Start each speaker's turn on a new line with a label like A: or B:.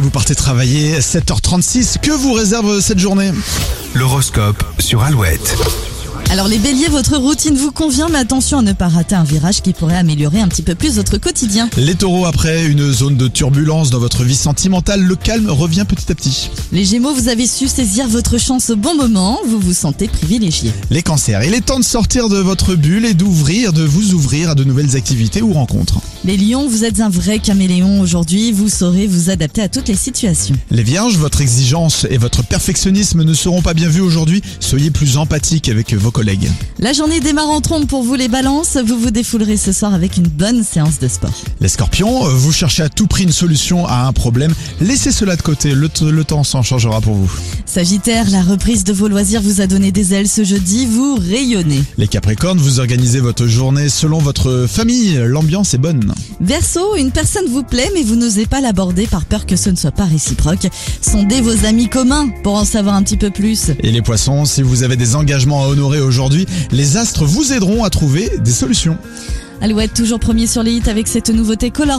A: vous partez travailler 7h36. Que vous réserve cette journée
B: L'horoscope sur Alouette.
C: Alors les béliers, votre routine vous convient, mais attention à ne pas rater un virage qui pourrait améliorer un petit peu plus votre quotidien.
A: Les taureaux, après une zone de turbulence dans votre vie sentimentale, le calme revient petit à petit.
C: Les gémeaux, vous avez su saisir votre chance au bon moment, vous vous sentez privilégié.
A: Les cancers, il est temps de sortir de votre bulle et d'ouvrir, de vous ouvrir à de nouvelles activités ou rencontres.
C: Les lions, vous êtes un vrai caméléon aujourd'hui, vous saurez vous adapter à toutes les situations.
A: Les vierges, votre exigence et votre perfectionnisme ne seront pas bien vus aujourd'hui. Soyez plus empathique avec vos collègues.
C: La journée démarre en trombe pour vous les balances, vous vous défoulerez ce soir avec une bonne séance de sport.
A: Les scorpions, vous cherchez à tout prix une solution à un problème. Laissez cela de côté, le, t- le temps s'en changera pour vous.
C: Sagittaire, la reprise de vos loisirs vous a donné des ailes ce jeudi, vous rayonnez.
A: Les capricornes, vous organisez votre journée selon votre famille. L'ambiance est bonne.
C: Verseau, une personne vous plaît mais vous n'osez pas l'aborder par peur que ce ne soit pas réciproque. Sondez vos amis communs pour en savoir un petit peu plus.
A: Et les poissons, si vous avez des engagements à honorer aujourd'hui, les astres vous aideront à trouver des solutions.
C: Alouette toujours premier sur les hits avec cette nouveauté color.